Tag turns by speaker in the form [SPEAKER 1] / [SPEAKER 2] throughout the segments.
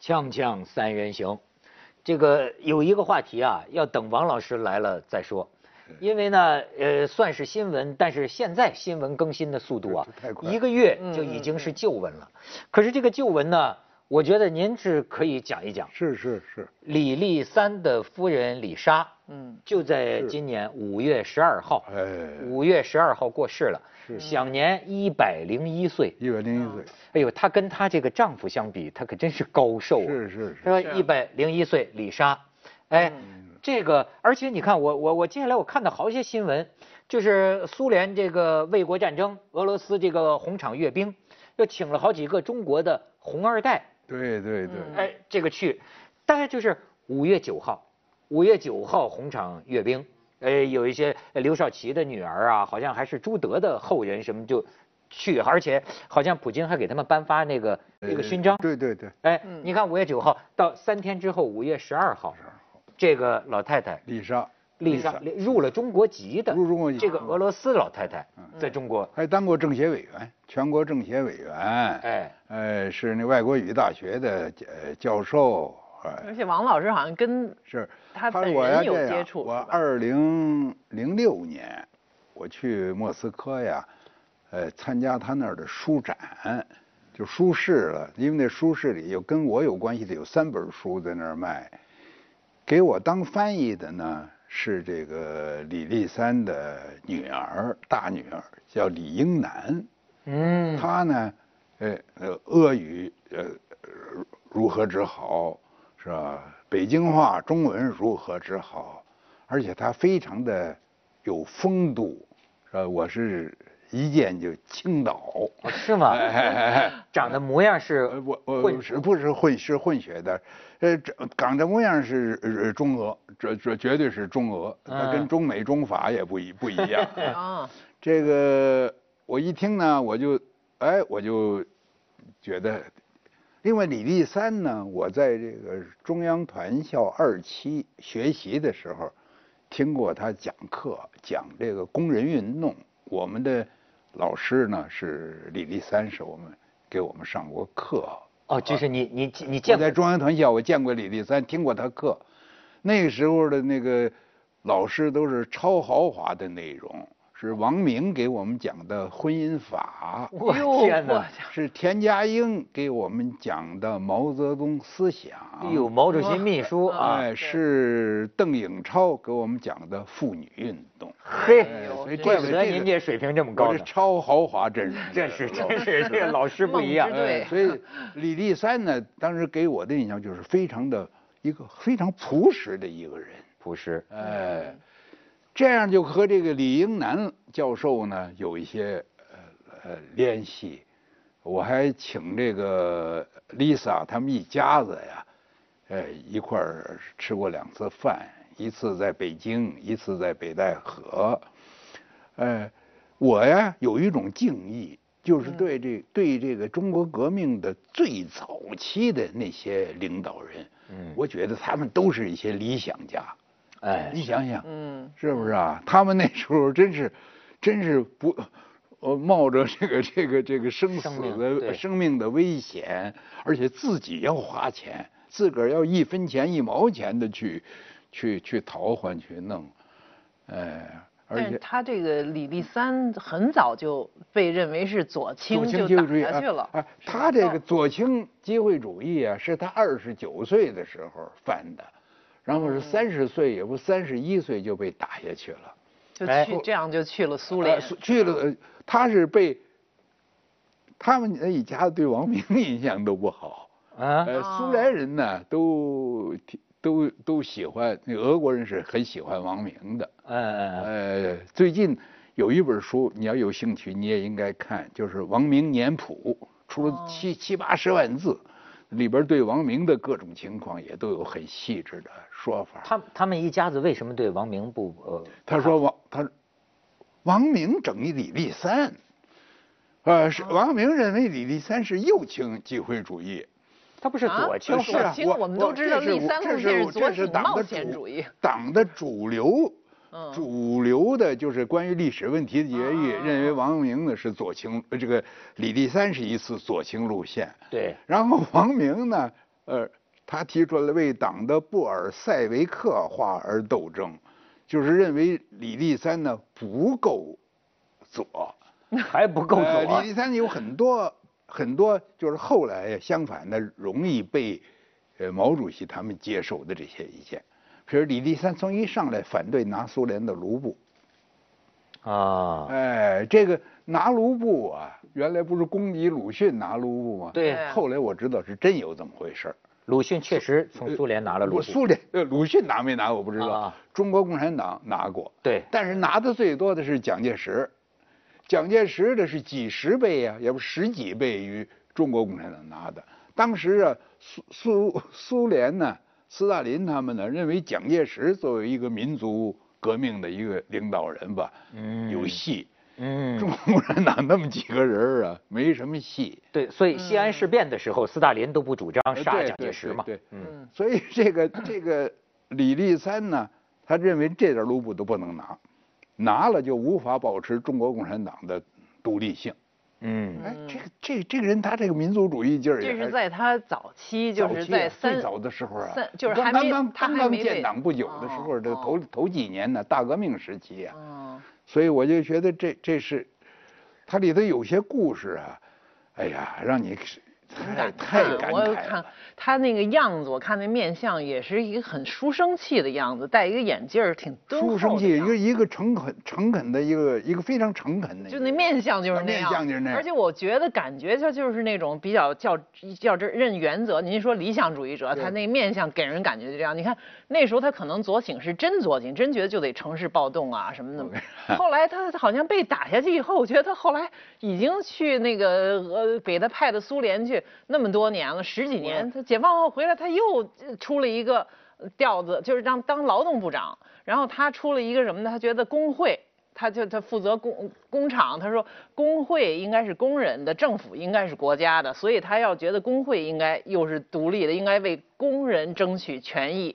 [SPEAKER 1] 锵锵三人行，这个有一个话题啊，要等王老师来了再说，因为呢，呃，算是新闻，但是现在新闻更新的速度啊
[SPEAKER 2] 这太，快了
[SPEAKER 1] 一个月就已经是旧闻了。可是这个旧闻呢，我觉得您是可以讲一讲。
[SPEAKER 2] 是是是，
[SPEAKER 1] 李立三的夫人李莎，
[SPEAKER 3] 嗯，
[SPEAKER 1] 就在
[SPEAKER 2] 是
[SPEAKER 1] 今年五月十二号，
[SPEAKER 2] 哎，
[SPEAKER 1] 五月十二号过世了，
[SPEAKER 2] 是
[SPEAKER 1] 享年一百零一岁。
[SPEAKER 2] 一百零一岁，
[SPEAKER 1] 哎呦，她跟她这个丈夫相比，她可真是高寿啊！
[SPEAKER 2] 是是是，
[SPEAKER 1] 说
[SPEAKER 3] 是啊
[SPEAKER 1] 一百零一岁李莎，哎，这个，而且你看，我我我接下来我看到好些新闻，就是苏联这个卫国战争，俄罗斯这个红场阅兵，又请了好几个中国的红二代，
[SPEAKER 2] 对对对，
[SPEAKER 3] 嗯
[SPEAKER 1] 哎，这个去，大概就是五月九号，五月九号红场阅兵，呃，有一些呃刘少奇的女儿啊，好像还是朱德的后人什么就去，而且好像普京还给他们颁发那个那个
[SPEAKER 2] 呃
[SPEAKER 1] 勋章。
[SPEAKER 2] 对对对，
[SPEAKER 1] 哎，
[SPEAKER 3] 嗯
[SPEAKER 1] 你看五月九号到三天之后，五月十二号，这个老太太
[SPEAKER 2] 丽莎
[SPEAKER 1] 丽莎入了中国籍的，
[SPEAKER 2] 入中国籍
[SPEAKER 1] 这个俄罗斯老太太
[SPEAKER 2] 嗯
[SPEAKER 1] 在中国，
[SPEAKER 2] 还当过政协委员，全国政协委员，
[SPEAKER 1] 哎，
[SPEAKER 2] 呃，是那外国语大学的呃教授，哎，
[SPEAKER 3] 而且王老师好像跟
[SPEAKER 2] 是。
[SPEAKER 3] 他
[SPEAKER 2] 他
[SPEAKER 3] 本
[SPEAKER 2] 我要
[SPEAKER 3] 人有
[SPEAKER 2] 这
[SPEAKER 3] 接
[SPEAKER 2] 样
[SPEAKER 3] 触，
[SPEAKER 2] 我
[SPEAKER 3] 是吧
[SPEAKER 2] 二零零六年我去莫斯科呀，呃，参加他那儿的书展，就书市了。因为那书市里有跟我有关系的有三本书在那儿卖，给我当翻译的呢是这个李立三的女儿，大女儿叫李英男。
[SPEAKER 1] 嗯，
[SPEAKER 2] 他呢，呃呃，俄语呃如何之好，是吧？北京话中文如何之好，而且他非常的有风度，是吧？我是一见就倾倒。
[SPEAKER 1] 哦是吗？
[SPEAKER 2] 哎
[SPEAKER 1] 长得模样是
[SPEAKER 2] 呃， 我我
[SPEAKER 1] 混
[SPEAKER 2] 不是不是混是混血的，呃，这港的模样是呃中俄，这这绝对是中俄，它
[SPEAKER 1] 嗯
[SPEAKER 2] 跟中美中法也不一不一 样啊。
[SPEAKER 3] 啊，
[SPEAKER 2] 这个我一听呢，我就哎，我就觉得，另外李立三呢，我在这个中央团校二期学习的时候，听过他讲课，讲这个工人运动。我们的老师呢是李立三，是我们给我们上过课。
[SPEAKER 1] 哦，就是你你你
[SPEAKER 2] 我
[SPEAKER 1] 见过
[SPEAKER 2] 在中央团校，我见过李立三，听过他课。那个时候的那个老师都是超豪华的内容，是王明给我们讲的婚姻法，
[SPEAKER 1] 我
[SPEAKER 3] 哎呦
[SPEAKER 1] 天
[SPEAKER 3] 我
[SPEAKER 1] 哪！
[SPEAKER 2] 是田家英给我们讲的毛泽东思想，
[SPEAKER 1] 有毛主席秘书哎啊，
[SPEAKER 2] 哎，
[SPEAKER 3] 对
[SPEAKER 2] 是邓颖超给我们讲的妇女运动。
[SPEAKER 1] 嘿
[SPEAKER 3] 哎，呦
[SPEAKER 2] 所以
[SPEAKER 1] 怪
[SPEAKER 2] 这
[SPEAKER 1] 不
[SPEAKER 2] 个
[SPEAKER 1] 得
[SPEAKER 2] 这
[SPEAKER 1] 您
[SPEAKER 2] 个
[SPEAKER 1] 这水平这么
[SPEAKER 2] 我
[SPEAKER 1] 高
[SPEAKER 2] 是
[SPEAKER 1] 呢。
[SPEAKER 2] 超豪华阵容，
[SPEAKER 1] 这是这是这个老师不一样
[SPEAKER 3] 孟之，队
[SPEAKER 2] 哎所以李立三呢，当时给我的印象就是非常的一个非常朴实的一个人，
[SPEAKER 1] 朴实，
[SPEAKER 2] 哎，这样就和这个李英男教授呢有一些呃呃联系。我还请这个 Lisa 他们一家子呀，呃一块儿吃过两次饭，一次在北京，一次在北戴河。呃，我呀有一种敬意，就是对这、对这个中国革命的最早期的那些领导人，
[SPEAKER 1] 嗯
[SPEAKER 2] 我觉得他们都是一些理想家。
[SPEAKER 1] 哎，
[SPEAKER 2] 你想想，
[SPEAKER 3] 嗯，
[SPEAKER 2] 是不是啊？他们那时候真是，真是不，呃，冒着这个这个这个生死
[SPEAKER 1] 生命对
[SPEAKER 2] 的生命的危险，而且自己要花钱，自个儿要一分钱一毛钱的去，去去讨还去弄，哎，而
[SPEAKER 3] 但
[SPEAKER 2] 且
[SPEAKER 3] 是他这个李立三很早就被认为是左倾，
[SPEAKER 2] 左倾
[SPEAKER 3] 就
[SPEAKER 2] 机会
[SPEAKER 3] 打
[SPEAKER 2] 主义
[SPEAKER 3] 下去了
[SPEAKER 2] 哎，
[SPEAKER 3] 嗯
[SPEAKER 2] 哎，他这个左倾机会主义啊，是他二十九岁的时候犯的，然
[SPEAKER 3] 嗯
[SPEAKER 2] 后是三十岁，也不三十一岁就被打下去了。
[SPEAKER 3] 就
[SPEAKER 1] 哎
[SPEAKER 3] 去这样就去了苏
[SPEAKER 2] 呃
[SPEAKER 3] 联，
[SPEAKER 2] 苏去了，呃他是被他们那一家对王明印象都不好。
[SPEAKER 1] 啊，
[SPEAKER 2] 呃，
[SPEAKER 3] 哦
[SPEAKER 2] 苏联人呢都挺都都喜欢，那俄国人是很喜欢王明的。
[SPEAKER 3] 啊
[SPEAKER 1] 嗯嗯
[SPEAKER 2] 呃，最近有一本书，你要有兴趣，你也应该看，就是《王明年谱》，出
[SPEAKER 3] 哦
[SPEAKER 2] 了七、七八十万字，里边对王明的各种情况也都有很细致的说法。
[SPEAKER 1] 他他们一家子为什么对王明不呃？
[SPEAKER 2] 他说王他王明整一李立三，呃，
[SPEAKER 3] 嗯
[SPEAKER 2] 是王明认为李立三是右倾机会主义，
[SPEAKER 1] 他不是
[SPEAKER 3] 啊
[SPEAKER 1] 左倾
[SPEAKER 3] 就
[SPEAKER 1] 吗，
[SPEAKER 3] 是左倾我们都知道
[SPEAKER 2] 这是
[SPEAKER 3] 立三
[SPEAKER 2] 我
[SPEAKER 3] 路
[SPEAKER 2] 这
[SPEAKER 3] 线
[SPEAKER 2] 是
[SPEAKER 3] 是
[SPEAKER 2] 我
[SPEAKER 3] 左
[SPEAKER 2] 这
[SPEAKER 3] 倾
[SPEAKER 2] 是党
[SPEAKER 3] 冒
[SPEAKER 2] 的
[SPEAKER 3] 险
[SPEAKER 2] 主
[SPEAKER 3] 主义，
[SPEAKER 2] 党的主流
[SPEAKER 3] 嗯。
[SPEAKER 2] 主流的就是关于历史问题的决议，
[SPEAKER 3] 啊
[SPEAKER 2] 认为王明呢是左倾，呃这个李立三是一次左倾路线，
[SPEAKER 1] 对，
[SPEAKER 2] 然后王明呢呃，他提出了为党的布尔塞维克化而斗争，就是认为李立三呢不够左，
[SPEAKER 1] 还不够
[SPEAKER 2] 呃
[SPEAKER 1] 左啊
[SPEAKER 2] 李立三有很多很多，就是后来呀相反的，容易被呃毛主席他们接受的这些意见。比如李立三从一上来反对拿苏联的卢布，
[SPEAKER 1] 啊！
[SPEAKER 2] 哎，这个拿卢布啊，原来不是攻击鲁迅拿卢布吗？
[SPEAKER 1] 对
[SPEAKER 3] 对
[SPEAKER 2] 后来我知道是真有这么回事儿。
[SPEAKER 1] 鲁迅确实从苏联拿了卢布，
[SPEAKER 2] 我苏联呃鲁迅拿没拿我不知道，
[SPEAKER 1] 啊
[SPEAKER 2] 中国共产党拿过，
[SPEAKER 1] 对
[SPEAKER 2] 但是拿的最多的是蒋介石，蒋介石的是几十倍呀、也不十几倍于中国共产党拿的。当时啊，苏苏苏联呢，斯大林他们呢，认为蒋介石作为一个民族革命的一个领导人吧，
[SPEAKER 1] 嗯
[SPEAKER 2] 有戏。 中
[SPEAKER 1] 嗯，
[SPEAKER 2] 国共产党那么几个人儿啊，没什么戏。
[SPEAKER 1] 对，所以西安事变的时候，斯大林都不主张
[SPEAKER 2] 呃
[SPEAKER 1] 杀
[SPEAKER 2] 对
[SPEAKER 1] 蒋
[SPEAKER 2] 对
[SPEAKER 1] 介石嘛，
[SPEAKER 2] 对对
[SPEAKER 1] 嗯，
[SPEAKER 3] 嗯
[SPEAKER 2] 所以这个这个李立三呢，他认为这点卢布都不能拿，拿了就无法保持中国共产党的独立性。
[SPEAKER 1] 嗯
[SPEAKER 2] 哎，这个这这个人他这个民族主义劲儿也
[SPEAKER 3] 这
[SPEAKER 2] 还
[SPEAKER 3] 是在他早期，就
[SPEAKER 2] 早
[SPEAKER 3] 是
[SPEAKER 2] 期
[SPEAKER 3] 在
[SPEAKER 2] 啊
[SPEAKER 3] 三
[SPEAKER 2] 最早的时候啊
[SPEAKER 3] 三，就是
[SPEAKER 2] 刚
[SPEAKER 3] 还
[SPEAKER 2] 刚
[SPEAKER 3] 没
[SPEAKER 2] 刚
[SPEAKER 3] 他
[SPEAKER 2] 刚
[SPEAKER 3] 还
[SPEAKER 2] 刚
[SPEAKER 3] 没
[SPEAKER 2] 建
[SPEAKER 3] 被
[SPEAKER 2] 党不久的时候，
[SPEAKER 3] 哦
[SPEAKER 2] 这
[SPEAKER 3] 哦
[SPEAKER 2] 头头几年呢，大革命时期啊，
[SPEAKER 3] 嗯
[SPEAKER 2] 所以我就觉得这这是，它里头有些故事啊，哎呀，让你太太感
[SPEAKER 3] 我有
[SPEAKER 2] 慨
[SPEAKER 3] 看
[SPEAKER 2] 了。
[SPEAKER 3] 他那个样子，我看那面相也是一个很书生气的样子，戴一个眼镜儿，挺敦厚
[SPEAKER 2] 书
[SPEAKER 3] 的
[SPEAKER 2] 生气，一
[SPEAKER 3] 样子
[SPEAKER 2] 个一个诚恳诚恳的一个一个非常诚恳的一个人，
[SPEAKER 3] 就那面相就是那样，
[SPEAKER 2] 面相就是那样
[SPEAKER 3] 而且我觉得感觉他就是那种比较较较真认原则。您说理想主义者，
[SPEAKER 2] 对
[SPEAKER 3] 他那面相给人感觉就这样。你看那时候他可能左倾是真左倾，真觉得就得城市暴动啊什么的。后来他好像被打下去以后，我觉得他后来已经去那个呃给他派到苏联去那么多年了，十几年。他解放后回来，他又呃出了一个呃调子，就是让当劳动部长。然后他出了一个什么呢？他觉得工会。他就他负责工工厂，他说工会应该是工人的，政府应该是国家的，所以他要觉得工会应该又是独立的，应该为工人争取权益。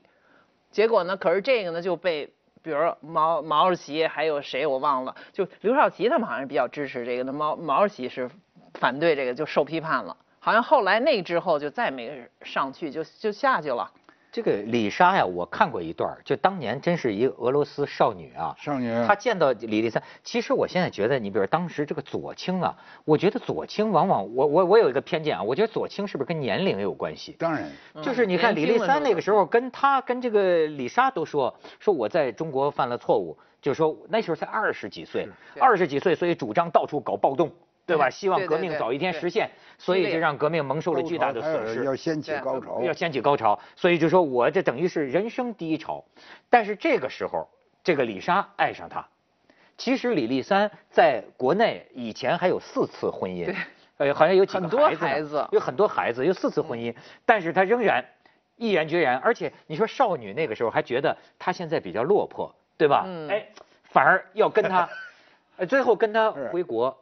[SPEAKER 3] 结果呢，可是这个呢就被，比如说毛毛主席还有谁我忘了，就刘少奇他们好像是比较支持这个的，毛毛主席是反对这个，就受批判了。好像后来那之后就再没上去，就就下去了。
[SPEAKER 1] 这个李莎呀，我看过一段儿，就当年真是一个俄罗斯少女啊，
[SPEAKER 2] 少女，
[SPEAKER 1] 他见到李立三，其实我现在觉得，你比如当时这个左倾啊，我觉得左倾往往，我我我有一个偏见啊，我觉得左倾是不是跟年龄有关系？
[SPEAKER 2] 当然
[SPEAKER 1] 就是你看
[SPEAKER 3] 嗯
[SPEAKER 1] 李
[SPEAKER 3] 年
[SPEAKER 1] 立
[SPEAKER 3] 轻的
[SPEAKER 1] 三
[SPEAKER 3] 时候
[SPEAKER 1] 那个时候，跟他跟这个李莎都说，说我在中国犯了错误，就是说那时候才二十几岁，二十几岁，所以主张到处搞暴动，对吧？
[SPEAKER 3] 对
[SPEAKER 1] 希望
[SPEAKER 3] 对
[SPEAKER 1] 革
[SPEAKER 3] 对
[SPEAKER 1] 命
[SPEAKER 3] 对
[SPEAKER 1] 早一天
[SPEAKER 3] 对
[SPEAKER 1] 实现，所以
[SPEAKER 3] 烈
[SPEAKER 1] 就让革命蒙受了巨大的
[SPEAKER 2] 高潮
[SPEAKER 1] 损
[SPEAKER 2] 它
[SPEAKER 1] 失
[SPEAKER 2] 要。要掀起
[SPEAKER 3] 对
[SPEAKER 2] 高潮，
[SPEAKER 1] 要掀起高潮，所以就说我这等于是人生低潮。但是这个时候，这个李莎爱上他。其实李立三在国内以前还有四次婚姻，呃，好像有几个
[SPEAKER 3] 很多
[SPEAKER 1] 孩子呢，
[SPEAKER 3] 孩子
[SPEAKER 1] 有很多孩子，有四次婚姻，但是他仍然毅然决然，而且你说少女那个时候还觉得她现在比较落魄，对吧？
[SPEAKER 3] 嗯
[SPEAKER 1] 哎，反而要跟他，呃，最后跟他回国。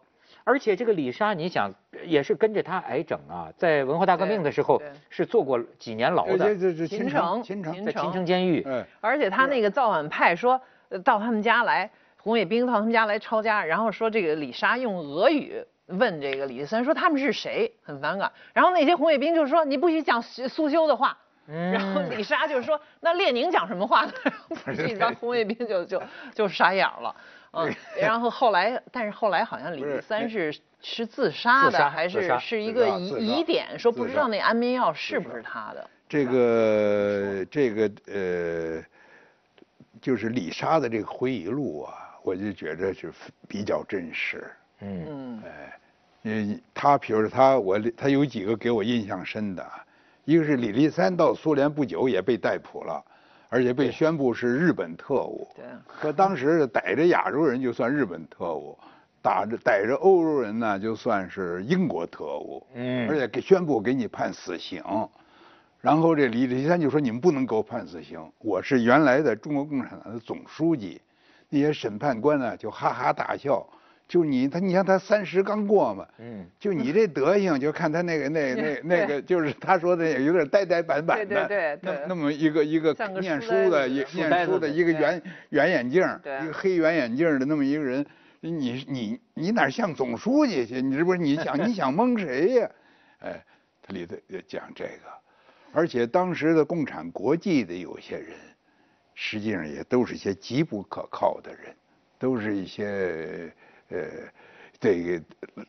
[SPEAKER 1] 而且这个李莎，你想也是跟着他挨整啊，在文化大革命的时候
[SPEAKER 3] 对对
[SPEAKER 1] 是坐过几年牢
[SPEAKER 2] 呃
[SPEAKER 1] 的
[SPEAKER 2] 这，这这秦
[SPEAKER 3] 秦
[SPEAKER 2] 城
[SPEAKER 3] 城
[SPEAKER 2] 秦城
[SPEAKER 3] 秦
[SPEAKER 1] 在秦城监狱。
[SPEAKER 2] 哎，
[SPEAKER 3] 而且他那个造反派说，呃到他们家来，红卫兵到他们家来抄家，然后说这个李莎用俄语问这个李立三说他们是谁，很反感。然后那些红卫兵就说你不许讲苏苏修的话。
[SPEAKER 2] 嗯
[SPEAKER 3] 然后李莎就说：“那列宁讲什么话呢？” 这帮红卫兵就就就傻眼了，嗯。然后后来，但是后来好像李
[SPEAKER 2] 不是
[SPEAKER 3] 立三是是自杀的，
[SPEAKER 1] 自杀
[SPEAKER 3] 还
[SPEAKER 1] 自
[SPEAKER 3] 是
[SPEAKER 1] 杀
[SPEAKER 3] 是一
[SPEAKER 2] 自
[SPEAKER 3] 个
[SPEAKER 2] 杀
[SPEAKER 3] 疑
[SPEAKER 2] 自杀
[SPEAKER 3] 疑点，说不
[SPEAKER 2] 自
[SPEAKER 3] 知
[SPEAKER 2] 杀
[SPEAKER 3] 道那安眠药是不是他的。
[SPEAKER 2] 这个这个呃，就是李莎的这个回忆录啊，我就觉着是比较真实。
[SPEAKER 1] 嗯
[SPEAKER 3] 嗯
[SPEAKER 2] 哎嗯，他比如说他我他有几个给我印象深的啊，一个是李立三到苏联不久也被逮捕了，而且被宣布是日本特务。
[SPEAKER 3] 对
[SPEAKER 2] 可当时逮着亚洲人就算日本特务，打着逮着欧洲人呢就算是英国特务，
[SPEAKER 1] 嗯
[SPEAKER 2] 而且给宣布给你判死刑。然后这李立三就说：“你们不能给我判死刑，我是原来的中国共产党的总书记。”那些审判官呢就哈哈大笑，就你他，你像他三十刚过嘛，
[SPEAKER 1] 嗯，
[SPEAKER 2] 就你这德行，就看他那个 那那那个，就是他说的有点呆呆板板的，
[SPEAKER 3] 对对对对
[SPEAKER 2] 那那么一个一个
[SPEAKER 3] 像个
[SPEAKER 2] 念
[SPEAKER 3] 书
[SPEAKER 2] 书
[SPEAKER 3] 呆
[SPEAKER 2] 的
[SPEAKER 3] 子
[SPEAKER 2] 一
[SPEAKER 3] 书
[SPEAKER 1] 呆子
[SPEAKER 2] 念书的
[SPEAKER 1] 对
[SPEAKER 2] 一个圆圆眼镜儿，
[SPEAKER 3] 对啊
[SPEAKER 2] 一个黑圆眼镜儿的那么一个人，你你你哪像总书 记去？你这不是你想你想蒙谁呀？哎，他里头也讲这个，而且当时的共产国际的有些人，实际上也都是些极不可靠的人，都是一些呃，这个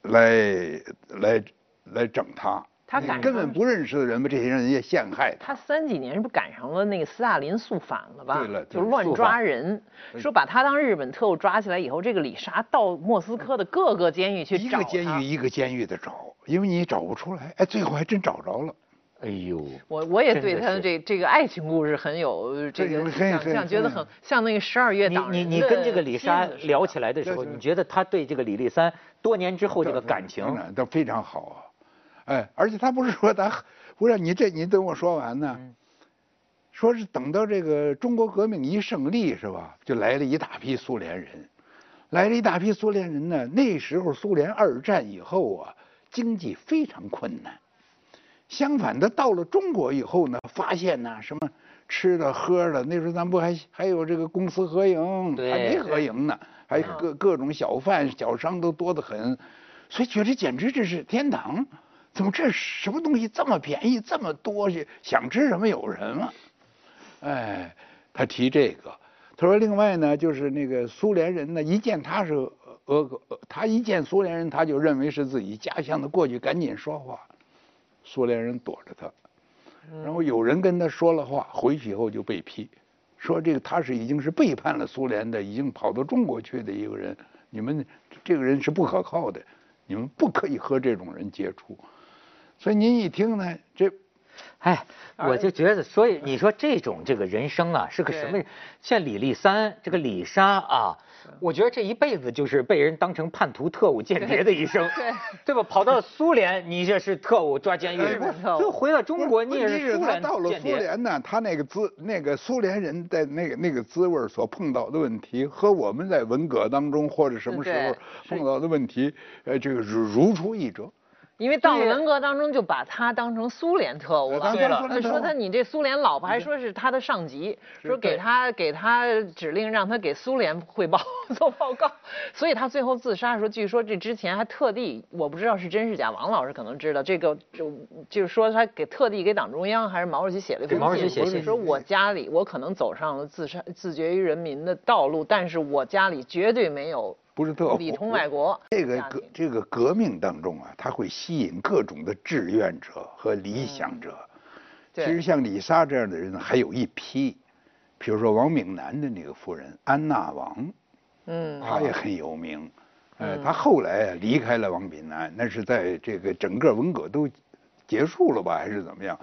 [SPEAKER 2] 来来来整他。
[SPEAKER 3] 他赶
[SPEAKER 2] 根本不认识的人把这些人也陷害
[SPEAKER 3] 他三几年是不赶上了那个斯大林肃反了吧？
[SPEAKER 2] 对了对
[SPEAKER 3] 就乱
[SPEAKER 2] 肃
[SPEAKER 3] 抓
[SPEAKER 2] 反
[SPEAKER 3] 人，说把他当日本特务抓起来以后，这个李莎到莫斯科的各个监狱去
[SPEAKER 2] 一
[SPEAKER 3] 找
[SPEAKER 2] 个
[SPEAKER 3] 他。
[SPEAKER 2] 监狱一个监狱的找，因为你找不出来。哎，最后还真找着了。
[SPEAKER 1] 哎呦，
[SPEAKER 3] 我我也
[SPEAKER 1] 真
[SPEAKER 3] 对
[SPEAKER 1] 的
[SPEAKER 3] 他的
[SPEAKER 1] 是
[SPEAKER 3] 这这个爱情故事很有呃这
[SPEAKER 2] 对
[SPEAKER 3] 个
[SPEAKER 2] 很很
[SPEAKER 3] 想想觉得很
[SPEAKER 2] 很
[SPEAKER 3] 像那个十二月
[SPEAKER 1] 你
[SPEAKER 3] 党
[SPEAKER 1] 你
[SPEAKER 3] 人
[SPEAKER 1] 你
[SPEAKER 3] 的
[SPEAKER 1] 跟这个李莎
[SPEAKER 3] 心思似的
[SPEAKER 1] 聊起来的时候，
[SPEAKER 2] 对对
[SPEAKER 1] 你觉得她对这个李立三多年之后这个
[SPEAKER 2] 当
[SPEAKER 1] 感
[SPEAKER 2] 然
[SPEAKER 1] 情
[SPEAKER 2] 当，然都非常好啊。哎，而且他不是说他，不是你这你等我说完呢，
[SPEAKER 1] 嗯
[SPEAKER 2] 说是等到这个中国革命一胜利是吧，就来了一大批苏联人，来了一大批苏联人呢。那时候苏联二战以后啊，经济非常困难。相反的，到了中国以后呢，发现呢、什么吃的喝的，那时候咱不还还有这个公私合营，
[SPEAKER 1] 对
[SPEAKER 2] 还没合营呢，还各各种小贩小商都多得很，所以觉得简直这是天堂。怎么这什么东西这么便宜，这么多？想吃什么有什么。哎，他提这个，他说另外呢，就是那个苏联人呢，一见他是俄俄国，他一见苏联人，他就认为是自己家乡的，过去赶紧说话。苏联人躲着
[SPEAKER 1] 嗯
[SPEAKER 2] 他，然后有人跟他说了话，回去以后就被批，说这个他是已经是背叛了苏联的，已经跑到中国去的一个人，你们这个人是不可靠的，你们不可以和这种人接触。所以您一听呢，这
[SPEAKER 1] 哎，我就觉得，所以你说这种这个人生啊，是个什么
[SPEAKER 3] 对
[SPEAKER 1] 人？像李立三这个李莎啊，我觉得这一辈子就是被人当成叛徒、特务、间谍的一生，
[SPEAKER 3] 对
[SPEAKER 1] 对吧？跑到苏联，你这是特务抓监狱
[SPEAKER 3] 哎不是，特务
[SPEAKER 1] 就回到中国，你也
[SPEAKER 2] 问题
[SPEAKER 1] 是
[SPEAKER 2] 是
[SPEAKER 1] 苏
[SPEAKER 2] 他
[SPEAKER 1] 联
[SPEAKER 2] 到了
[SPEAKER 1] 间
[SPEAKER 2] 苏
[SPEAKER 1] 谍。
[SPEAKER 2] 联呢，他那个滋那个苏联人在那个那个滋味儿所碰到的问题，和我们在文革当中或者什
[SPEAKER 1] 嗯
[SPEAKER 2] 么时
[SPEAKER 3] 对
[SPEAKER 2] 候碰到的问题，呃，这个如如出一辙。
[SPEAKER 3] 因为到了
[SPEAKER 1] 对
[SPEAKER 3] 文革当中就把他当成苏联特务了，
[SPEAKER 2] 当
[SPEAKER 1] 对了
[SPEAKER 2] 当
[SPEAKER 3] 他
[SPEAKER 2] 然
[SPEAKER 3] 说他你这苏联老婆还说是他的上级，说给他给他指令让他给苏联汇报 做报告，所以他最后自杀的时候，据说这之前还特地我不知道是真是假，王老师可能知道这个就就是说他给特地给党中央还是毛主席写了一
[SPEAKER 1] 给
[SPEAKER 3] 封
[SPEAKER 1] 毛主席写信
[SPEAKER 3] 说我家里我可能走上了自杀自绝于人民的道路，但是我家里绝对没有
[SPEAKER 2] 不是特务
[SPEAKER 3] 里通外国
[SPEAKER 2] 这个
[SPEAKER 3] 家
[SPEAKER 2] 革
[SPEAKER 3] 庭
[SPEAKER 2] 这个革命当中啊，他会吸引各种的志愿者和理想者。
[SPEAKER 3] 对
[SPEAKER 2] 其实像李莎这样的人呢还有一批，比如说王炳南的那个夫人安娜王，
[SPEAKER 3] 嗯
[SPEAKER 2] 她也很有名。呃，她后来啊离开了王炳南，那是在这个整个文革都结束了吧，还是怎么样？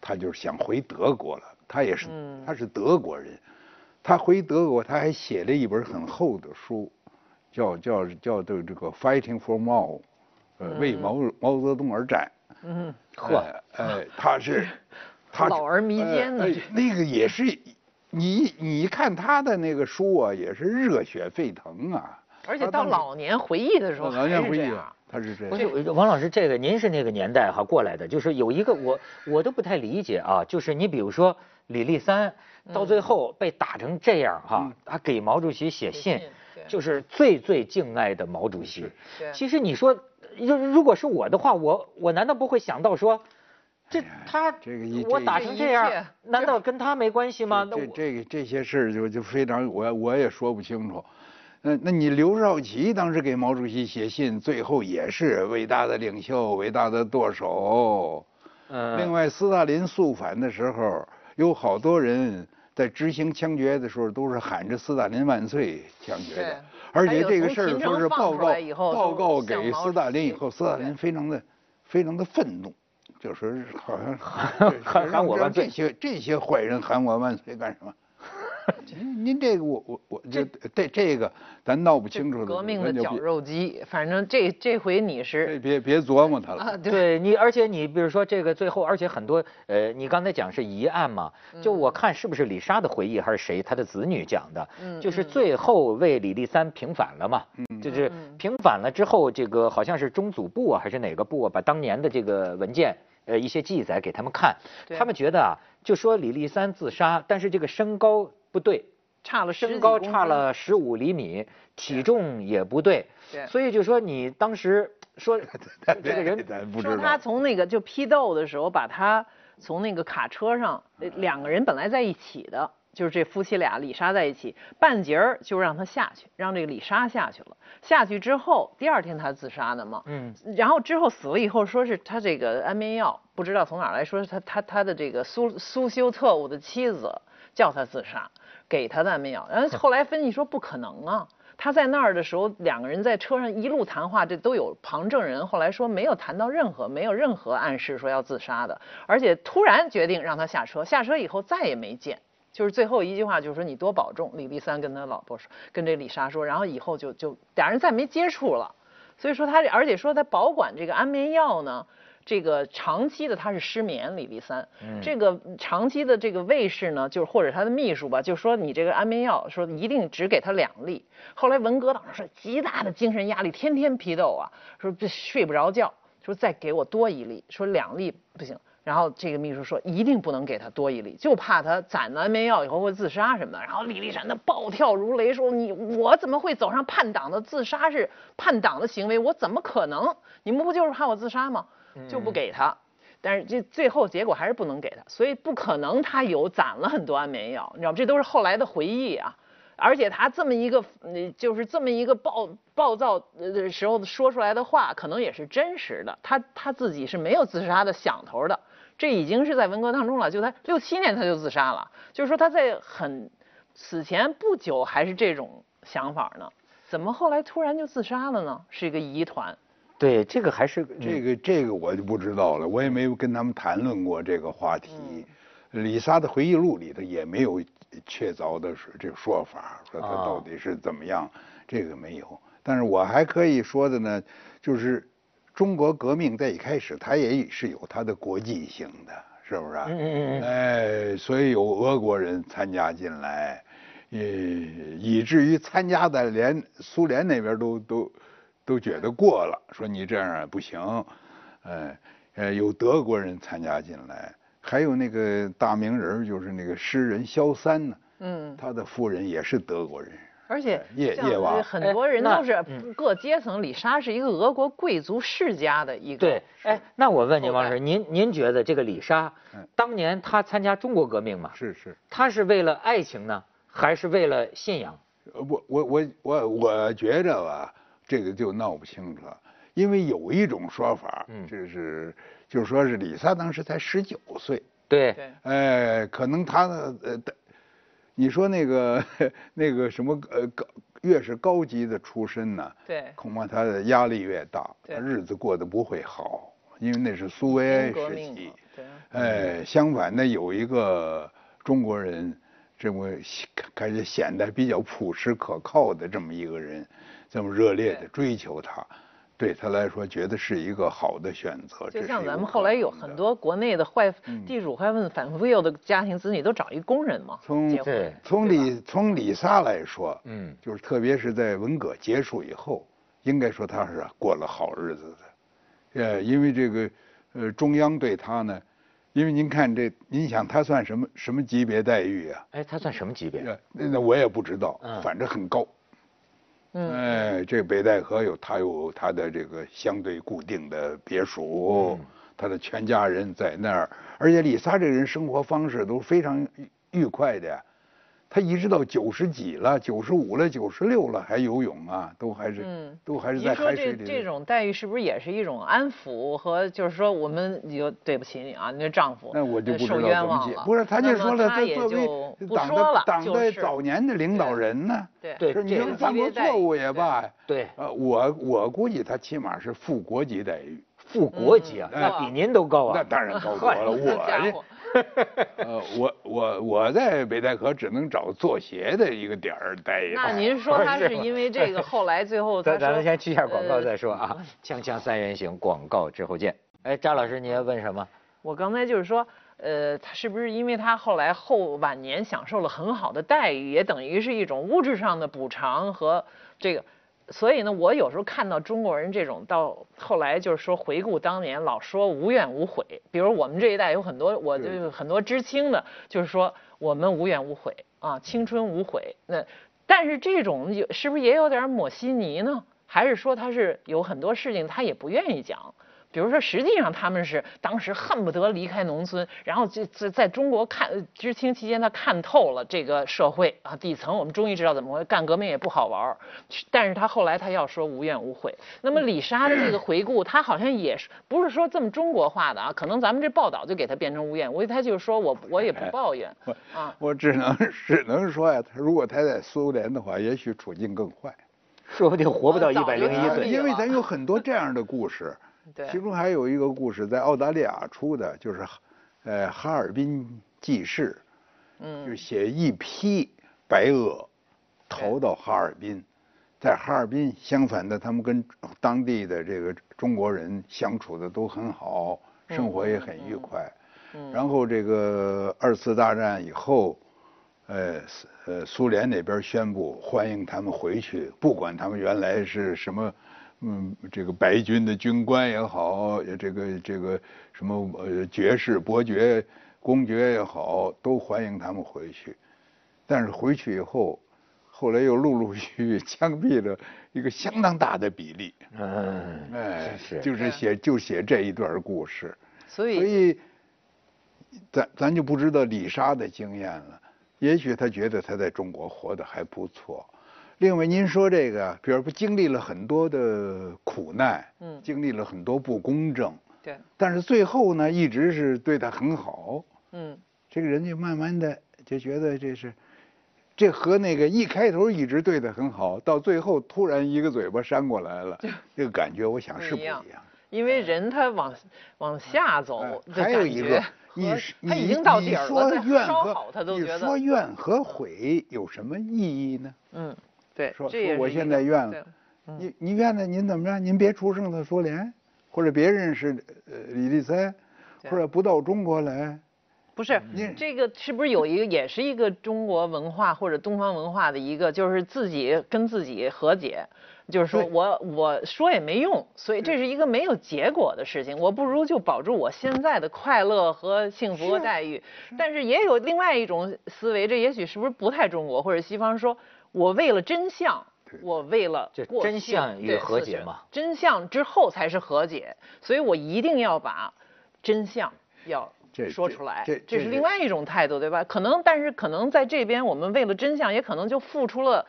[SPEAKER 2] 她就是想回德国了。她也是，
[SPEAKER 3] 嗯
[SPEAKER 2] 她是德国人。她回德国，她还写了一本很厚的书，叫叫叫这这个《Fighting for Mao》，呃，为毛毛泽东而战。
[SPEAKER 3] 嗯
[SPEAKER 1] 呵
[SPEAKER 2] 哎，哎，他 是，他
[SPEAKER 3] 老而弥坚呢
[SPEAKER 2] 哎哎
[SPEAKER 3] 这
[SPEAKER 2] 那个也是，你你看他的那个书啊，也是热血沸腾啊。
[SPEAKER 3] 而且
[SPEAKER 2] 他
[SPEAKER 3] 到
[SPEAKER 2] 当时
[SPEAKER 3] 老年回忆的时候
[SPEAKER 2] 老年
[SPEAKER 3] 还是
[SPEAKER 2] 回
[SPEAKER 3] 这
[SPEAKER 2] 忆啊
[SPEAKER 3] 样，
[SPEAKER 2] 他是这
[SPEAKER 1] 不
[SPEAKER 2] 样。
[SPEAKER 1] 是王老师，这个您是那个年代哈过来的，就是有一个我我都不太理解啊，就是你比如说李立三
[SPEAKER 2] 嗯
[SPEAKER 1] 到最后被打成这样哈、他给毛主席写信
[SPEAKER 3] 信对，
[SPEAKER 1] 就是最最敬爱的毛主席
[SPEAKER 3] 对。
[SPEAKER 1] 其实你说，就如果是我的话，我我难道不会想到说，这他
[SPEAKER 2] 这个一
[SPEAKER 1] 我
[SPEAKER 2] 这
[SPEAKER 1] 打
[SPEAKER 3] 一
[SPEAKER 1] 成
[SPEAKER 3] 这
[SPEAKER 1] 这
[SPEAKER 3] 一
[SPEAKER 1] 样
[SPEAKER 3] 切，
[SPEAKER 1] 难道跟他没关系吗？那
[SPEAKER 2] 这
[SPEAKER 1] 我
[SPEAKER 2] 这个这些事儿就就非常，我我也说不清楚。那那你刘少奇当时给毛主席写信，最后也是伟大的领袖，伟大的舵手。另
[SPEAKER 1] 嗯，
[SPEAKER 2] 外，斯大林肃反的时候，有好多人在执行枪决的时候都是喊着“斯大林万岁”枪决
[SPEAKER 3] 对
[SPEAKER 2] 的，而
[SPEAKER 3] 还
[SPEAKER 2] 且
[SPEAKER 3] 有
[SPEAKER 2] 这个
[SPEAKER 3] 从
[SPEAKER 2] 事儿
[SPEAKER 3] 秦
[SPEAKER 2] 说
[SPEAKER 3] 城
[SPEAKER 2] 是
[SPEAKER 3] 放
[SPEAKER 2] 报
[SPEAKER 3] 出
[SPEAKER 2] 告
[SPEAKER 3] 来以后
[SPEAKER 2] 报
[SPEAKER 3] 都
[SPEAKER 2] 告
[SPEAKER 3] 向
[SPEAKER 2] 给
[SPEAKER 3] 毛
[SPEAKER 2] 斯
[SPEAKER 3] 主
[SPEAKER 2] 大
[SPEAKER 3] 席
[SPEAKER 2] 林以后，斯大
[SPEAKER 3] 对
[SPEAKER 2] 林非常的非常的愤怒，就说是好像
[SPEAKER 1] 喊
[SPEAKER 2] 让
[SPEAKER 1] 喊我
[SPEAKER 2] 让
[SPEAKER 1] 万岁
[SPEAKER 2] 这些这些坏人喊我万岁干什 么？您您这个我我我这这这个咱闹不清楚的，
[SPEAKER 3] 革命的
[SPEAKER 2] 咱就
[SPEAKER 3] 绞
[SPEAKER 2] 别
[SPEAKER 3] 肉机，反正这这回你
[SPEAKER 2] 别
[SPEAKER 3] 是
[SPEAKER 2] 别别琢磨他了。
[SPEAKER 3] 啊，对，
[SPEAKER 1] 对你，而且你比如说这个最后，而且很多呃，你刚才讲是疑案嘛，就我看是不是李莎的回忆还是谁他的子女讲的，
[SPEAKER 3] 嗯嗯
[SPEAKER 1] 就是最后为李立三平反了嘛，就是平反了之后，这个好像是中组部啊还是哪个部啊，把当年的这个文件呃一些记载给他们看，
[SPEAKER 3] 对
[SPEAKER 1] 他们觉得啊，就说李立三自杀，但是这个身高不对，
[SPEAKER 3] 差了十几
[SPEAKER 1] 身高
[SPEAKER 3] 公
[SPEAKER 1] 差
[SPEAKER 3] 分，
[SPEAKER 1] 了十五厘米，体重也不对
[SPEAKER 3] 对，
[SPEAKER 1] 所以就说你当时说这个人
[SPEAKER 2] 咱不知
[SPEAKER 3] 说
[SPEAKER 2] 道。
[SPEAKER 3] 他从那个就批斗的时候把他。从那个卡车上，呃两个人本来在一起的，就是这夫妻俩李莎在一起，半截儿就让他下去，让这个李莎下去了。下去之后，第二天他自杀的嘛，
[SPEAKER 1] 嗯，
[SPEAKER 3] 然后之后死了以后，说是他这个安眠药不知道从哪儿来，说是他他他的这个苏苏修特务的妻子叫他自杀，给他的安眠药。然后后来分析说不可能啊，他在那儿的时候，两个人在车上一路谈话，这都有旁证人。后来说没有谈到任何没有任何暗示说要自杀的，而且突然决定让他下车，下车以后再也没见。就是最后一句话，就是说你多保重。李立三跟他老婆说，跟这李莎说，然后以后就就俩人再没接触了。所以说他，而且说他保管这个安眠药呢，这个长期的他是失眠，李立三，
[SPEAKER 1] 嗯
[SPEAKER 3] 这个长期的这个卫士呢，就是或者他的秘书吧，就说你这个安眠药，说一定只给他两粒。后来文革当时说极大的精神压力，天天批斗啊，说这睡不着觉，说再给我多一粒，说两粒不行。然后这个秘书说一定不能给他多一粒，就怕他攒了安眠药以后会自杀什么的。然后李立山他暴跳如雷说：“你我怎么会走上叛党的自杀是叛党的行为？我怎么可能？你们不就是怕我自杀吗？就不给他。但是这最后结果还是不能给他，所以不可能他有攒了很多安眠药，你知道吗？这都是后来的回忆啊。而且他这么一个，呃就是这么一个暴暴躁的时候说出来的话，可能也是真实的。他他自己是没有自杀的想头的，这已经是在文革当中了。就他六七年他就自杀了，就是说他在很死前不久还是这种想法呢，怎么后来突然就自杀了呢？是一个疑团。
[SPEAKER 1] 对，这个还是
[SPEAKER 2] 这个这个我就不知道了，我也没有跟他们谈论过这个话题。
[SPEAKER 1] 嗯
[SPEAKER 2] 李莎的回忆录里头也没有确凿的是这个说法，说他
[SPEAKER 1] 啊
[SPEAKER 2] 到底是怎么样，这个没有。但是我还可以说的呢，就是中国革命在一开始，它也是有它的国际性的，是不是啊？
[SPEAKER 1] 嗯嗯嗯
[SPEAKER 2] 哎，所以有俄国人参加进来，呃，以至于参加的连苏联那边都都都觉得过了，说你这样不行，哎，呃，有德国人参加进来，还有那个大名人儿就是那个诗人萧三呢，
[SPEAKER 3] 嗯，
[SPEAKER 2] 他的夫人也是德国人，
[SPEAKER 3] 而且
[SPEAKER 2] 哎夜
[SPEAKER 3] 像
[SPEAKER 2] 夜娃
[SPEAKER 3] 这很多人
[SPEAKER 1] 哎
[SPEAKER 3] 都是
[SPEAKER 1] 那
[SPEAKER 3] 各阶层，李莎是一个俄国贵族世家的一个。
[SPEAKER 1] 对，哎，那我问您，
[SPEAKER 3] 后
[SPEAKER 1] 王
[SPEAKER 3] 代
[SPEAKER 1] 老师，您您觉得这个李莎
[SPEAKER 2] 嗯，
[SPEAKER 1] 当年她参加中国革命嘛，
[SPEAKER 2] 是是。
[SPEAKER 1] 她是为了爱情呢，还是为了信仰？
[SPEAKER 2] 呃我我我我我觉着吧，这个就闹不清楚了，因为有一种说法，
[SPEAKER 1] 嗯
[SPEAKER 2] 就是就是说是李萨当时才十九岁，
[SPEAKER 1] 对，
[SPEAKER 3] 对，
[SPEAKER 2] 哎，可能他呃，的你说那个那个什么呃高，越是高级的出身呢，
[SPEAKER 3] 对
[SPEAKER 2] 恐怕他的压力越大，
[SPEAKER 3] 对
[SPEAKER 2] 他日子过得不会好，因为那是苏维埃
[SPEAKER 3] 英革
[SPEAKER 2] 时
[SPEAKER 3] 命
[SPEAKER 2] 期
[SPEAKER 3] 嘛，，对，啊
[SPEAKER 2] 哎，相反呢，有一个中国人，这么显感觉显得比较朴实可靠的这么一个人，这么热烈的
[SPEAKER 3] 对
[SPEAKER 2] 追求他，对他来说觉得是一个好的选择。这
[SPEAKER 3] 就是像
[SPEAKER 2] 有
[SPEAKER 3] 咱们
[SPEAKER 2] 可
[SPEAKER 3] 后来有
[SPEAKER 2] 能
[SPEAKER 3] 很
[SPEAKER 2] 的
[SPEAKER 3] 多国内的坏
[SPEAKER 2] 嗯
[SPEAKER 3] 地主坏分反复右的家庭子女都找一工人嘛，
[SPEAKER 2] 从
[SPEAKER 3] 结婚
[SPEAKER 1] 对，
[SPEAKER 2] 从李从李莎来说，
[SPEAKER 1] 嗯，
[SPEAKER 2] 就是特别是在文革结束以后，应该说他是过了好日子的，呃，因为这个呃中央对他呢，因为您看这，您想他算什么什么级别待遇啊？
[SPEAKER 1] 哎，她算什么级别？
[SPEAKER 2] 呃那那我也不知道
[SPEAKER 1] 嗯，
[SPEAKER 2] 反正很高。
[SPEAKER 3] 嗯，
[SPEAKER 2] 哎，这北戴河有他有他的这个相对固定的别墅，他的全家人在那儿，而且李莎这个人生活方式都非常愉愉快的呀，她一直到九十几了、九十五了、九十六了还游泳啊，都还是、
[SPEAKER 3] 嗯
[SPEAKER 2] 都还是
[SPEAKER 3] 您
[SPEAKER 2] 在
[SPEAKER 3] 说
[SPEAKER 2] 海
[SPEAKER 3] 这
[SPEAKER 2] 水里。
[SPEAKER 3] 这种待遇是不是也是一种安抚和就是说我们有对不起你啊，你这丈夫
[SPEAKER 2] 那我就
[SPEAKER 3] 呃
[SPEAKER 2] 不知
[SPEAKER 3] 受
[SPEAKER 2] 道
[SPEAKER 3] 冤
[SPEAKER 2] 怎么
[SPEAKER 3] 枉
[SPEAKER 2] 解
[SPEAKER 3] 了，，
[SPEAKER 2] 不是，他就
[SPEAKER 3] 那么
[SPEAKER 2] 说了，
[SPEAKER 3] 他
[SPEAKER 2] 他
[SPEAKER 3] 也
[SPEAKER 2] 作
[SPEAKER 3] 就
[SPEAKER 2] 为
[SPEAKER 3] 不
[SPEAKER 2] 党
[SPEAKER 3] 说
[SPEAKER 2] 的
[SPEAKER 3] 了
[SPEAKER 2] 党
[SPEAKER 3] 就
[SPEAKER 2] 的
[SPEAKER 3] 是
[SPEAKER 2] 早年的领导人呢，
[SPEAKER 3] 对
[SPEAKER 1] 对
[SPEAKER 2] 是你
[SPEAKER 1] 这
[SPEAKER 2] 就
[SPEAKER 1] 个
[SPEAKER 2] 犯过
[SPEAKER 3] 级别待遇
[SPEAKER 2] 错误也罢，
[SPEAKER 1] 对，
[SPEAKER 2] 呃，我我估计他起码是副国级待遇，
[SPEAKER 1] 副国级啊，
[SPEAKER 2] 嗯
[SPEAKER 1] 那比您都高
[SPEAKER 2] 那
[SPEAKER 1] 啊。
[SPEAKER 2] 当然高多
[SPEAKER 1] 嗨
[SPEAKER 2] 了。
[SPEAKER 3] 好
[SPEAKER 2] 我
[SPEAKER 3] 家
[SPEAKER 2] 哎
[SPEAKER 3] 伙，
[SPEAKER 2] 呃，我我我在北戴河只能找做鞋的一个点儿待呀。
[SPEAKER 3] 那 您说他是因为这个后来最后他
[SPEAKER 1] 咱咱
[SPEAKER 3] 说
[SPEAKER 1] 们先去一下广告
[SPEAKER 3] 呃
[SPEAKER 1] 再说
[SPEAKER 2] 嗯
[SPEAKER 1] 啊，锵锵三人行广告之后见。哎，张老师，您要问什 么？
[SPEAKER 3] 我刚才就是说，呃，他是不是因为他后来后晚年享受了很好的待遇，也等于是一种物质上的补偿和这个，所以呢，我有时候看到中国人这种到后来就是说回顾当年，老说无怨无悔。比如我们这一代有很多，我就
[SPEAKER 2] 对
[SPEAKER 3] 有很多知青的，就是说我们无怨无悔啊，青春无悔。那但是这种有是不是也有点抹稀泥呢？还是说他是有很多事情他也不愿意讲？比如说，实际上他们是当时恨不得离开农村，然后这这在中国看呃知青期间，他看透了这个社会啊，底层我们终于知道怎么回事，干革命也不好玩儿。去但是他后来他要说无怨无悔。那么李莎的这个回顾，他好像也是不是说这么中国化的啊？可能咱们这报道就给他变成无怨无悔，他就是说我我也不抱怨啊。
[SPEAKER 2] 哎我只能只能说呀、他如果他在苏联的话，也许处境更坏。
[SPEAKER 1] 说不定活不到
[SPEAKER 3] 啊
[SPEAKER 1] 一
[SPEAKER 3] 早
[SPEAKER 1] 百
[SPEAKER 3] 就
[SPEAKER 1] 零一
[SPEAKER 3] 到
[SPEAKER 1] 岁
[SPEAKER 3] 了。
[SPEAKER 2] 因为咱有很多这样的故事。
[SPEAKER 3] 对
[SPEAKER 2] 其中还有一个故事在澳大利亚出的，就是哈，呃，哈尔滨记事，就
[SPEAKER 3] 嗯，
[SPEAKER 2] 写一批白俄逃到哈尔滨，在哈尔滨相反的，他们跟当地的这个中国人相处的都很好，生活也很愉快。然后这个二次大战以后，呃苏呃苏联那边宣布欢迎他们回去，不管他们原来是什么。嗯，这个白军的军官也好，也这个这个什么呃爵士、伯爵、公爵也好，都欢迎他们回去。但是回去以后，后来又陆陆续续 枪毙了一个相当大的比例。
[SPEAKER 1] 嗯，
[SPEAKER 2] 哎，
[SPEAKER 1] 真是
[SPEAKER 2] 就是写就写这一段故事，
[SPEAKER 3] 所
[SPEAKER 2] 所
[SPEAKER 3] 以
[SPEAKER 2] 以咱咱就不知道李莎的经验了。也许她觉得她在中国活得还不错。另外，您说这个，比如不经历了很多的苦难，
[SPEAKER 3] 嗯
[SPEAKER 2] 经历了很多不公正，
[SPEAKER 3] 对，
[SPEAKER 2] 但是最后呢，一直是对她很好。
[SPEAKER 3] 嗯
[SPEAKER 2] 这个人就慢慢的就觉得这是，这和那个一开头一直对的很好，到最后突然一个嘴巴扇过来了，这个感觉我想是
[SPEAKER 3] 不
[SPEAKER 2] 不
[SPEAKER 3] 一
[SPEAKER 2] 一
[SPEAKER 3] 样
[SPEAKER 2] 样。
[SPEAKER 3] 因为人他往往下走
[SPEAKER 2] 哎
[SPEAKER 3] 的
[SPEAKER 2] 还有一个
[SPEAKER 3] 感觉，
[SPEAKER 2] 你
[SPEAKER 3] 和
[SPEAKER 2] 是
[SPEAKER 3] 他已
[SPEAKER 2] 你
[SPEAKER 3] 经到
[SPEAKER 2] 你
[SPEAKER 3] 底儿了，
[SPEAKER 2] 说
[SPEAKER 3] 再
[SPEAKER 2] 怨
[SPEAKER 3] 稍好他
[SPEAKER 2] 和
[SPEAKER 3] 都
[SPEAKER 2] 你
[SPEAKER 3] 觉得
[SPEAKER 2] 说怨和悔有什么意义呢？
[SPEAKER 3] 嗯，对，
[SPEAKER 2] 说
[SPEAKER 3] 这也
[SPEAKER 2] 说我
[SPEAKER 3] 是一
[SPEAKER 2] 现
[SPEAKER 3] 个
[SPEAKER 2] 在怨
[SPEAKER 3] 对
[SPEAKER 2] 了，
[SPEAKER 3] 嗯
[SPEAKER 2] 你你怨了您怎么着？您别出生到苏联，或者别认识呃李立三，
[SPEAKER 3] 对
[SPEAKER 2] 或者不到中国来。
[SPEAKER 3] 不是
[SPEAKER 1] 嗯
[SPEAKER 2] 你
[SPEAKER 3] 这个是不是有一个也是一个中国文化或者东方文化的一个，就是自己跟自己和解，就是说
[SPEAKER 2] 对
[SPEAKER 3] 我我说也没用，所以这是一个没有结果的事情，我不如就保住我现在的快乐和幸福和待遇。但是也有另外一种思维，这也许是不是不太中国或者西方说，我为了真相
[SPEAKER 2] 对。
[SPEAKER 3] 我为了
[SPEAKER 1] 这
[SPEAKER 3] 过
[SPEAKER 1] 真
[SPEAKER 3] 去
[SPEAKER 1] 相与
[SPEAKER 3] 对
[SPEAKER 1] 和
[SPEAKER 3] 死
[SPEAKER 1] 解
[SPEAKER 3] 去
[SPEAKER 1] 嘛
[SPEAKER 3] 真相之后才是和解，所以我一定要把真相要
[SPEAKER 2] 这
[SPEAKER 3] 说
[SPEAKER 2] 这
[SPEAKER 3] 出来，
[SPEAKER 2] 这
[SPEAKER 3] 这
[SPEAKER 2] 这
[SPEAKER 3] 是
[SPEAKER 2] 是
[SPEAKER 3] 另外一种态度，对吧？可能，但是可能在这边，我们为了真相，也可能就付出了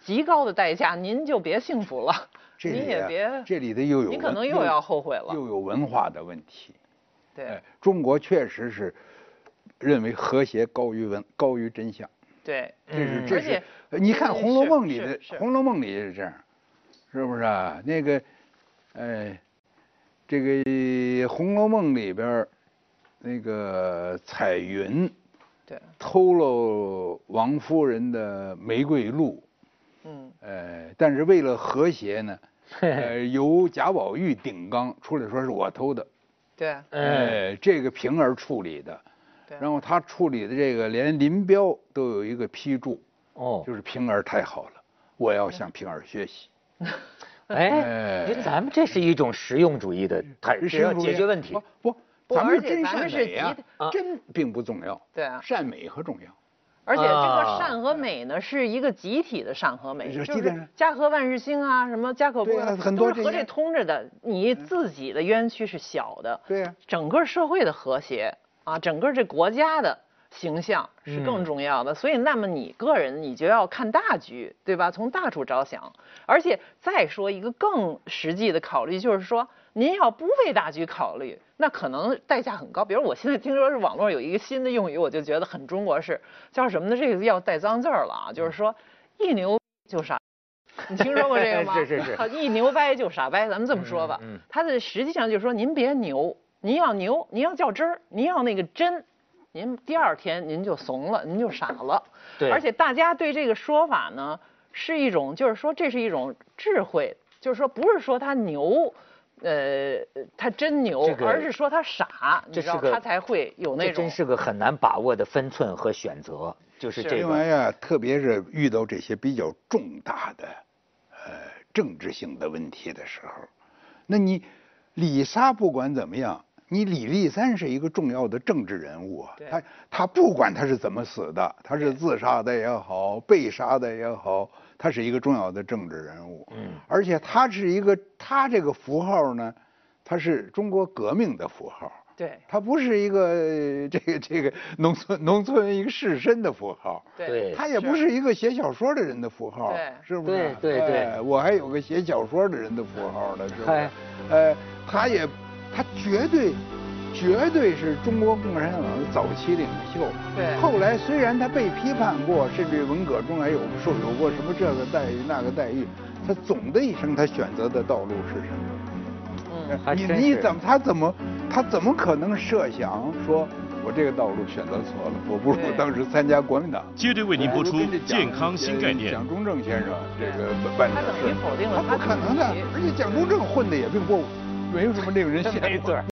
[SPEAKER 3] 极高的代价，您就别幸福了，
[SPEAKER 2] 这
[SPEAKER 3] 您
[SPEAKER 2] 里
[SPEAKER 3] 也
[SPEAKER 2] 啊
[SPEAKER 3] 别，
[SPEAKER 2] 这里头又有
[SPEAKER 3] 您可
[SPEAKER 2] 文
[SPEAKER 3] 能又要后悔了
[SPEAKER 2] 又有文化的问题。
[SPEAKER 3] 对
[SPEAKER 2] 哎，中国确实是认为和谐高于文高于真相，
[SPEAKER 3] 对，
[SPEAKER 2] 这是、
[SPEAKER 1] 嗯
[SPEAKER 2] 这
[SPEAKER 3] 而且
[SPEAKER 2] 是。呃你看《
[SPEAKER 3] 嗯
[SPEAKER 2] 红楼
[SPEAKER 3] 是
[SPEAKER 2] 梦》里
[SPEAKER 3] 是
[SPEAKER 2] 的，
[SPEAKER 3] 是
[SPEAKER 2] 《红楼梦》里也是这样，是不是啊？那个，哎，这个《红楼梦》里边儿，那个彩云
[SPEAKER 3] 对，
[SPEAKER 2] 偷了王夫人的玫瑰露，
[SPEAKER 3] 嗯，
[SPEAKER 2] 呃，但是为了和谐呢，呃，由贾宝玉顶缸出来说是我偷的，
[SPEAKER 3] 对
[SPEAKER 1] 嗯，
[SPEAKER 2] 呃，这个平儿处理的，
[SPEAKER 3] 哎对，
[SPEAKER 2] 然后他处理的这个连林彪都有一个批注，
[SPEAKER 1] 哦，
[SPEAKER 2] 就是平儿太好了，我要向平儿学习。
[SPEAKER 1] 哎，
[SPEAKER 2] 哎
[SPEAKER 1] 您咱们这是一种实用主义的
[SPEAKER 3] 嗯
[SPEAKER 1] 态，只要解决问题
[SPEAKER 3] 哦
[SPEAKER 2] 不。不，
[SPEAKER 3] 不
[SPEAKER 2] 咱
[SPEAKER 3] 而
[SPEAKER 2] 们
[SPEAKER 3] 且
[SPEAKER 2] 真
[SPEAKER 3] 咱们
[SPEAKER 2] 善
[SPEAKER 3] 是
[SPEAKER 2] 美呀
[SPEAKER 3] 集体、
[SPEAKER 1] 啊
[SPEAKER 2] 真并不重要，
[SPEAKER 3] 对啊
[SPEAKER 2] 善美和重要。
[SPEAKER 3] 而且这
[SPEAKER 1] 啊
[SPEAKER 3] 个善和美呢，是一个集体的善和美，
[SPEAKER 2] 是
[SPEAKER 3] 就
[SPEAKER 2] 基本
[SPEAKER 3] 是
[SPEAKER 2] 上
[SPEAKER 3] 家和万事兴啊，什么家可
[SPEAKER 2] 对
[SPEAKER 3] 不
[SPEAKER 2] 啊
[SPEAKER 3] 可，
[SPEAKER 2] 很
[SPEAKER 3] 都
[SPEAKER 2] 多
[SPEAKER 3] 是
[SPEAKER 2] 这
[SPEAKER 3] 和这
[SPEAKER 2] 些嗯
[SPEAKER 3] 通着的，你自己的冤屈是小的，
[SPEAKER 2] 对呀、
[SPEAKER 3] 整个社会的和谐啊，整个这国家的形象是
[SPEAKER 1] 嗯
[SPEAKER 3] 更重要的。所以，那么你个人你就要看大局，对吧？从大处着想。而且再说一个更实际的考虑，就是说，您要不为大局考虑，那可能代价很高。比如我现在听说是网络有一个新的用语，我就觉得很中国式，叫什么呢？这个要带脏字儿了啊，就是说一牛 就傻。你听说过这个吗？
[SPEAKER 1] 是是是
[SPEAKER 3] 好，一牛掰就傻掰，咱们这么说吧。
[SPEAKER 1] 嗯嗯
[SPEAKER 3] 他的实际上就是说，您别牛，您要牛，您要较真儿，您要那个真，您第二天您就怂了，您就傻了。
[SPEAKER 1] 对
[SPEAKER 3] 而且大家对这个说法呢，是一种就是说这是一种智慧，就是说不是说他牛。呃，他真牛，
[SPEAKER 1] 这个
[SPEAKER 3] 而是说他傻，你
[SPEAKER 1] 这
[SPEAKER 3] 知道
[SPEAKER 1] 是个
[SPEAKER 3] 他才会有那
[SPEAKER 1] 这
[SPEAKER 3] 种
[SPEAKER 1] 真是个很难把握的分寸和选择，就是
[SPEAKER 3] 是
[SPEAKER 1] 这
[SPEAKER 2] 另
[SPEAKER 1] 个
[SPEAKER 2] 外呀，特别是遇到这些比较重大的，呃，政治性的问题的时候，那你李莎不管怎么样，你李立三是一个重要的政治人物啊
[SPEAKER 3] 对。
[SPEAKER 2] 他他不管他是怎么死的，他是自杀的也好，被杀的也好，他
[SPEAKER 1] 嗯
[SPEAKER 2] 是一个重要的政治人物。嗯，而且他是一个他这个符号呢，它是中国革命的符号，
[SPEAKER 3] 对
[SPEAKER 2] 它不是一个呃这个这个农村农村一个士绅的符号，
[SPEAKER 1] 对
[SPEAKER 2] 它也不是一个写小说的人的符号
[SPEAKER 3] 对，
[SPEAKER 2] 是不是？
[SPEAKER 1] 对对对
[SPEAKER 2] 哎我还有个写小说的人的符号呢，是不
[SPEAKER 1] 嗨
[SPEAKER 2] 是？呃，他也，他绝对，绝对是中国共产党的早期领袖。
[SPEAKER 3] 对
[SPEAKER 2] 后来虽然他被批判过，甚至文革中还有受有过什么这个待遇那个待遇，他总的一生他选择的道路是什么？哎
[SPEAKER 3] 嗯，
[SPEAKER 1] 还
[SPEAKER 2] 你
[SPEAKER 1] 真
[SPEAKER 2] 你
[SPEAKER 1] 是
[SPEAKER 2] 怎么他怎么他怎么可能设想说我这个道路选择错了，我不如
[SPEAKER 3] 对
[SPEAKER 2] 当时参加国民党。
[SPEAKER 4] 接着为您播出《健康新概念》
[SPEAKER 2] 蒋。中正先生这个办
[SPEAKER 3] 他
[SPEAKER 2] 的
[SPEAKER 3] 等
[SPEAKER 2] 事
[SPEAKER 3] 于，否定了
[SPEAKER 2] 他不
[SPEAKER 3] 他
[SPEAKER 2] 可能的
[SPEAKER 3] 自己，
[SPEAKER 2] 而且蒋中正混的也并不没有什么令人信
[SPEAKER 1] 没错儿。